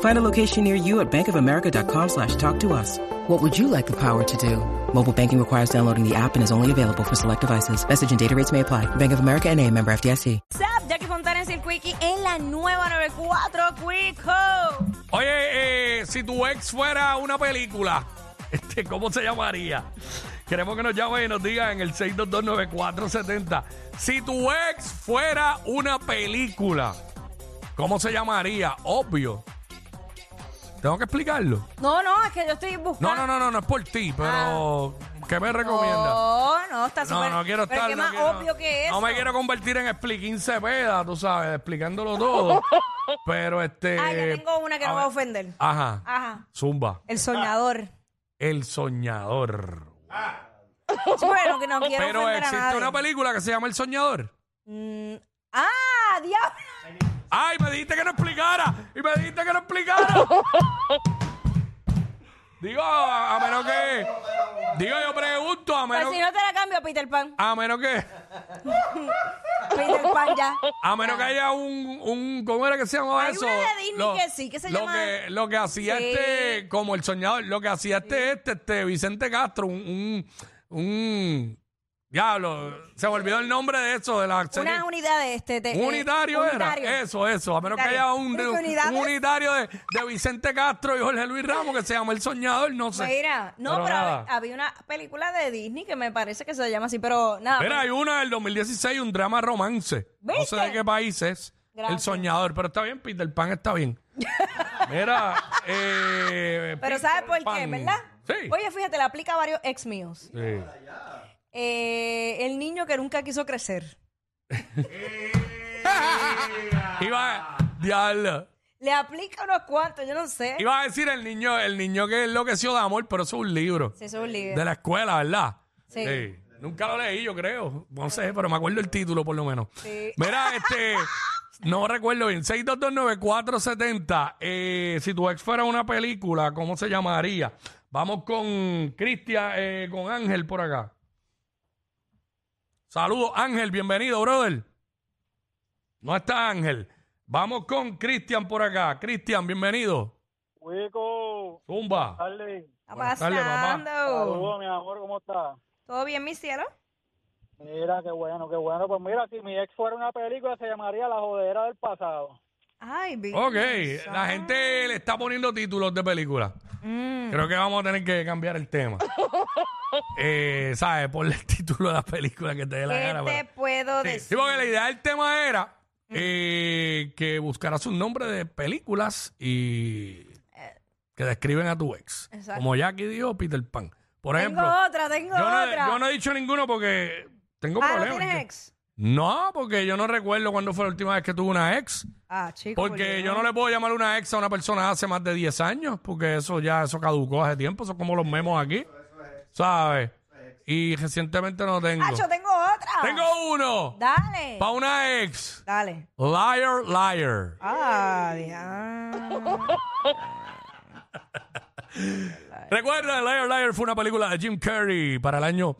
Find a location near you at bankofamerica.com slash talk to us. What would you like the power to do? Mobile banking requires downloading the app and is only available for select devices. Message and data rates may apply. Bank of America and a member FDIC. WhatsApp, Jackie Fontanes y el Quickie en la nueva 94 Quico. Oye, eh, si tu ex fuera una película, este, ¿cómo se llamaría? Queremos que nos llamen y nos digan en el 6229470. Si tu ex fuera una película, ¿cómo se llamaría? Obvio. ¿Tengo que explicarlo? No, no, es que yo estoy No, buscando. no, no, no, no es por ti, pero ¿qué me recomiendas? No, no, está No, súper. no Ah. Oh, pero quiero estar. qué no más quiero- obvio que es. No me quiero convertir en Expliquín Cepeda, tú sabes, explicándolo todo. pero este. Ah, ya tengo una que Ah. a no va ver. a ofender. Ajá. Ajá. Zumba. El soñador. El soñador. Bueno, que no quiero Pero ofender a existe nadie. Mm, una película que se llama El Soñador. Ah, diablo. ¡Ay, me dijiste que no explicara! ¡Y me dijiste que no explicara! digo, a, a menos que... Digo, yo pregunto, a Pues menos, si no te la cambio, Peter Pan. a menos que... Peter Pan ya. A menos que haya un, un... ¿Cómo era que se llamaba Hay eso? una de Disney que sí, que se lo llama- Que, lo que hacía Sí. este... Como El Soñador. Lo que hacía este, este, este, Vicente Castro, un... un, un- Diablo, se me olvidó el nombre de eso, de la serie. Una unidad de este. de- eh, Unitario, unitario. era. Eso, eso. A menos que Unitario. haya un, Pero un que unidades- unitario de, de Vicente Castro y Jorge Luis Ramos que se llama El Soñador, no sé. Mira, no, pero, nada. había una película de Disney que me parece que se llama así, pero nada. Mira, hay una del 2016, un drama romance. No ah. sé ¿Viste? de qué país es. El Gracias. Soñador, pero está bien, Peter Pan está bien. Mira, eh, Pero Peter ¿sabes por qué, Pan. verdad? Sí. Oye, fíjate, la aplica a varios ex míos. Sí. Eh, el niño que nunca quiso crecer. Iba, diablo. Le aplica unos cuantos, yo no sé. Iba a decir el niño, el niño que enloqueció de amor, pero eso es un libro. Sí, eso es un líder. De la escuela, ¿verdad? Sí. Nunca lo leí, yo creo. No sé, pero me acuerdo el título por lo menos. Sí. Mira, este. No recuerdo bien. 6229470. Eh, si tu ex fuera una película, ¿cómo se llamaría? Vamos con Cristian, eh, con Ángel por acá. Saludos, Ángel. Bienvenido, brother. No está Ángel. Vamos con Cristian por acá. Cristian, bienvenido. Wico, Zumba. Charlie, Está Buenas tardes, pasando. saludos, mi amor, ¿cómo estás? ¿Todo bien, mi cielo? Mira, qué bueno, qué bueno. Pues mira, si mi ex fuera una película, se llamaría La Jodera del Pasado. Ay, vi. Ok, la gente le está poniendo títulos de películas. Mm. Creo que vamos a tener que cambiar el tema. eh, ¿Sabes? Ponle el título de la película que te dé la ¿Qué gana. te pero- puedo Sí, decir? Mm. sí, porque la idea del tema era eh, que buscaras un nombre de películas y que describen a tu ex. Exacto. Como Jackie dijo Peter Pan. Por Tengo ejemplo, otra, tengo yo, no, he- otra. yo no he dicho ninguno porque tengo ah, ¿no problemas. tienes Yo- ex? No, porque yo no recuerdo cuándo fue la última vez que tuve una ex. Ah, chico. Porque yo no le puedo llamar una ex a una persona hace más de 10 años, porque eso ya eso caducó hace tiempo, eso es como los memos aquí, ¿sabes? Y recientemente no tengo. Ah, yo tengo otra. Tengo uno Dale. para una ex. Dale. Liar, liar. Ah, ya. Recuerda, Liar, liar fue una película de Jim Carrey para el año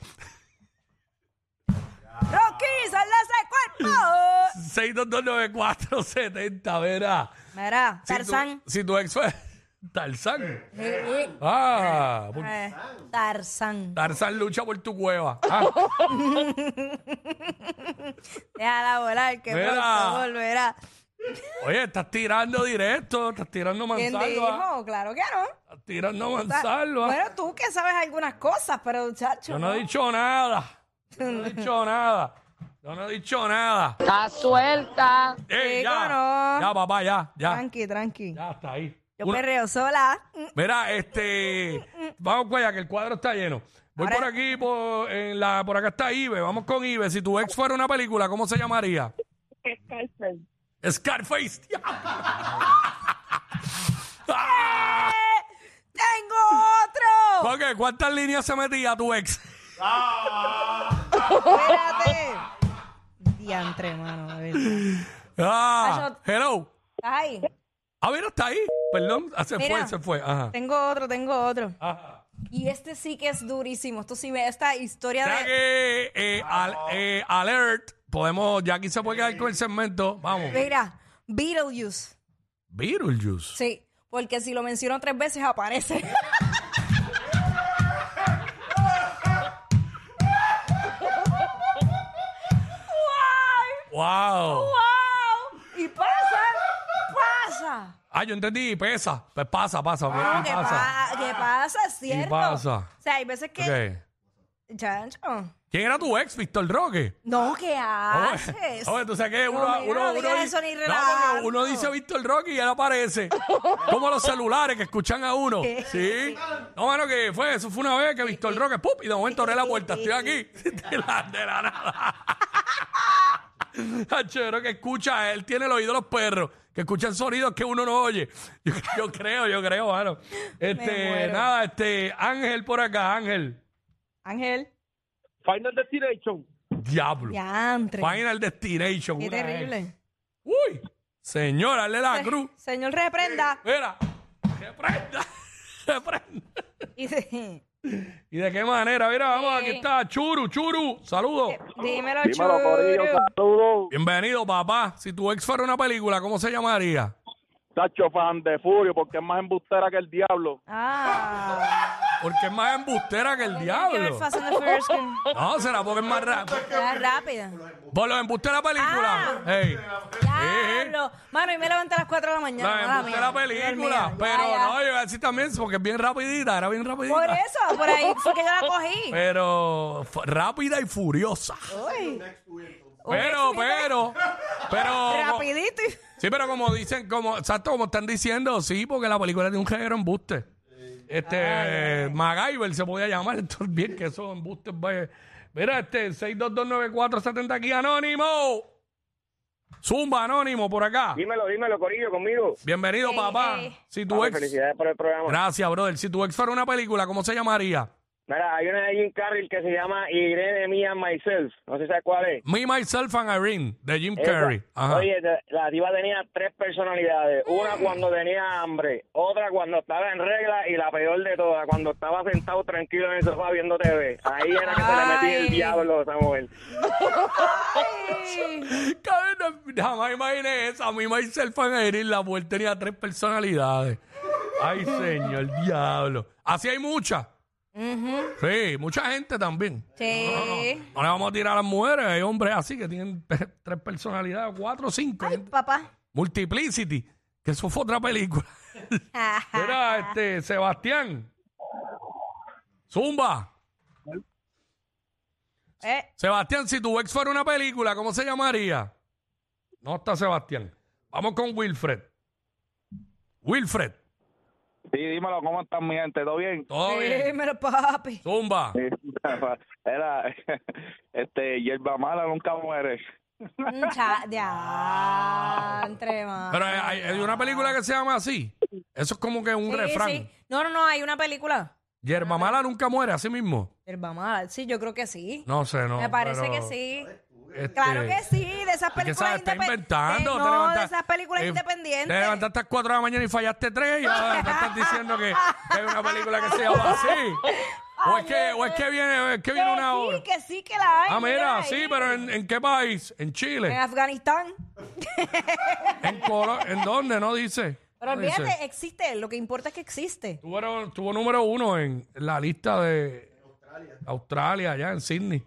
Rocky, saldas el cuerpo. 6229470, verá. Mira, Si tu- Tarzán. Si tu ex fue Tarzán. Eh, eh, Ah, por- eh, Tarzán. Tarzán lucha por tu cueva. Ah. Déjala volar, que Mira. pronto volverá. Oye, estás tirando directo, estás tirando ¿Quién mansalva. dijo? Claro que no. Estás tirando Ta- mansalva. Bueno, tú que sabes algunas cosas, pero chacho. Yo no he dicho nada. Yo no he dicho nada. Yo no he dicho nada. Está suelta. Ey, Chico, ya, no. ya, papá, ya, ya. Tranqui, tranqui. Ya está ahí. Yo Una- perreo sola. Mira, este. Vamos, allá, que el cuadro está lleno. Voy por aquí, por, en la, por acá está Ibe. Vamos con Ibe. Si tu ex fuera una película, ¿cómo se llamaría? Scarface. Scarface. ¡Ah! ¡Tengo ¡Eh! otro! ¿Por qué? ¿Cuántas líneas se metía tu ex? Espérate. Diantre, mano. de verdad. Ah, hello. ¿Estás ahí? Ah, mira, está ahí. Perdón, ah, se Mira. fue, se fue. Ajá. Tengo otro, tengo otro. Ajá. Y este sí que es durísimo. Esto sí me, esta historia Ya de. que eh, al- eh, alert, podemos, ya aquí se puede quedar con el segmento. Vamos. Mira, Beetlejuice. Beetlejuice. Sí, porque si lo menciono tres veces aparece. Wow. ¡Wow! Y pasa, pasa. Ah, yo entendí. Pesa. Pues pasa, pasa. pues, No, y ¿Qué pasa. pasa? ¿Qué pasa? Es Y cierto. pasa. O sea, hay veces que. Ok. Chancho. ¿Quién era tu ex, Víctor Roque? No, ¿qué haces? Oye, tú sabes que Dios uno, mío, uno, no uno, digas eso ni no, porque relajando. uno dice Víctor Roque y él aparece. Como los celulares que escuchan a uno. Sí. No, bueno, que fue, eso fue una vez que Víctor Roque, ¡pup! Y de momento abre la puerta, estoy aquí. De la, de la nada. Ah, Chévere que escucha, él tiene el oído de los perros, que escuchan sonidos que uno no oye. Yo, yo creo, yo creo, bueno. Este, muero. nada, este, Ángel por acá, Ángel. Ángel. Final Destination. Diablo. Diantre. Final Destination. Qué una ex. terrible. Uy, señora, dale la cruz. Señor, reprenda. Mira, que prenda, que prenda. Y de- ¿Y de qué manera? Mira, vamos, aquí está Churu, Churu, saludos. Dímelo, Dímelo, Corillo, Churu. saludos. Bienvenido, papá. Si tu ex fuera una película, ¿cómo se llamaría? Tacho fan de Furio, porque es más embustera que el diablo. Ah. Porque es más embustera que el Tiene que ver diablo. Fast and the Furious que- No, será porque es más rápido. Ya, Eh, rápida. Por los embustes de la película. Ah. Hey. Diablo. Mano, y me levanté a las 4 de la mañana. Los mala embustes de la mía. película. Dios mío, ya, Pero ya. no, yo iba a decir también, porque es bien rapidita, era bien rapidita. Por eso, por ahí fue que yo la cogí. Pero fu- rápida y furiosa. Uy. Pero, Uy, pero, pero. Rapidito. y- Sí, pero como dicen, como, exacto, como están diciendo, sí, porque la película tiene un género embuste. Este, MacGyver se podía llamar, entonces bien que esos embustes. vaya. Mira, este, 6229470 aquí, Anónimo. Zumba, Anónimo, por acá. Dímelo, dímelo, Corillo, conmigo. Ah, Bienvenido, Ey, papá. ey. Si tu ex... Felicidades por el programa. Gracias, brother. Si tu ex fuera una película, ¿cómo se llamaría? Mira, hay una de Jim Carrey que se llama Irene Me and Myself. No sé si sabes cuál es. Me, Myself and Irene, de Jim Esa- Carrey. Ajá. Oye, la- la diva tenía tres personalidades. Una cuando tenía hambre, otra cuando estaba en regla y la peor de todas, cuando estaba sentado tranquilo en el sofá viendo TV. Ahí era que se le metía Ay. el diablo, Samuel. Ay. Cabrón, jamás imaginé eso. A mí, Myself Van a herir la mujer tenía tres personalidades. Ay, señor, diablo. Así hay muchas. Sí, mucha gente también. Sí. No le vamos a tirar a las mujeres, hay hombres así que tienen tres tres personalidades, cuatro o cinco. Ay, papá. Multiplicity, que eso fue otra película. Ah, Era este, Sebastián. Zumba. Eh, Sebastián, si tu ex fuera una película, ¿cómo se llamaría? No está Sebastián. Vamos con Wilfred. Wilfred, Sí, dímelo, ¿cómo están mi gente? ¿Todo bien? todo bien. Dímelo, papi. Zumba. Era, este, hierba mala nunca muere. Mm, cha- Diantre, mano. Pero hay, hay una película que se llama así. Eso es como que un Sí, refrán. sí. No, no, no, hay una película. Yerba mala nunca muere, así mismo. Yerba mala. Sí, yo creo que sí. No sé, no. Me parece pero, que sí. este, Claro que sí, de esas es que se la películas está indepen- inventando. de- te no, de levantas- esas películas eh, independientes. Te levantaste a las 4 de la mañana y fallaste 3 y ahora te estás diciendo que, que hay una película que se llama así. O es que, o es que viene, es que viene una sí, hora. que sí, que la hay. Ah, mira, ahí. sí, pero ¿en, en qué país? ¿En En Chile? Afganistán. ¿En Colo- ¿En dónde? No dice. Pero No Ah, dice. olvídate, eh. existe. Lo que importa es que existe. Tuvo, tuvo número uno en la lista de Australia, allá en Sydney.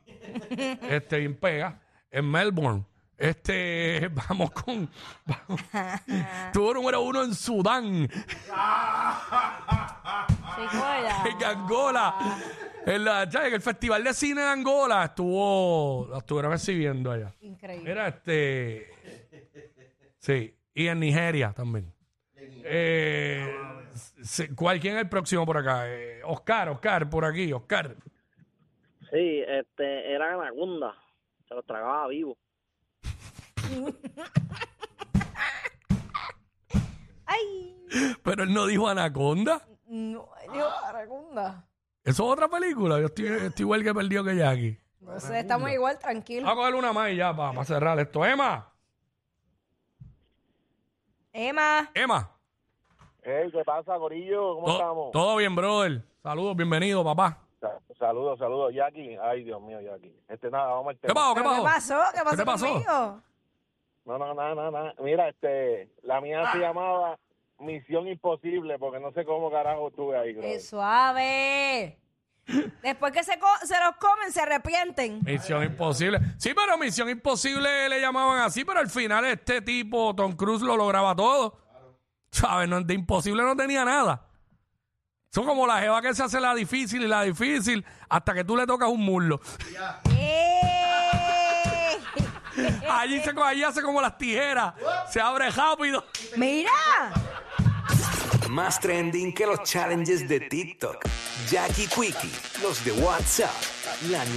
este, bien pega, en Melbourne. Este, vamos con. Vamos. tuvo número uno en Sudán, Chico, ya. en Angola. En, la, ya, en el Festival de Cine de Angola estuvo. La estuvieron exhibiendo allá. Increíble. Era este. Sí, y en Nigeria también. Eh, sí, ¿cuál, ¿Quién es el próximo por acá? Eh, Oscar, Oscar, por aquí, Oscar. Sí, este, era Anacunda. Se lo tragaba vivo. Ay. Pero él no dijo Anaconda. No, Dios, Ah. Aragunda. Eso es otra película. Yo estoy, estoy igual que perdido que Jackie. No sé, estamos igual, Vamos tranquilos. a coger una más y ya para cerrar esto. Emma, Emma, Emma. Hey, ¿qué pasa, Corillo? ¿Cómo to- estamos? Todo bien, brother. Saludos, bienvenido, papá. Sa- Saludos, saludos. Jackie, ay, Dios mío, Jackie. Este, nada, vamos al ¿Qué tema. pasó? ¿Qué ¿pero ¿qué pasó? pasó? ¿Qué pasó te pasó? conmigo? No, no, nada, nada, nada. Mira, este, la mía se llamaba Misión Imposible, porque no sé cómo carajo estuve ahí, bro. Eh, suave. Después que se, co- se los comen, se arrepienten. Misión Imposible. Sí, pero Misión Imposible le llamaban así, pero al final este tipo, Tom Cruise, lo lograba todo. ¿Sabes? No, de imposible no tenía nada. Son como la jeva que se hace la difícil y la difícil hasta que tú le tocas un muslo. ¡Eh! Allí se co- allí hace como las tijeras. Se abre rápido. ¡Mira! Más trending que los challenges de TikTok. Jackie Quickie, los de WhatsApp, la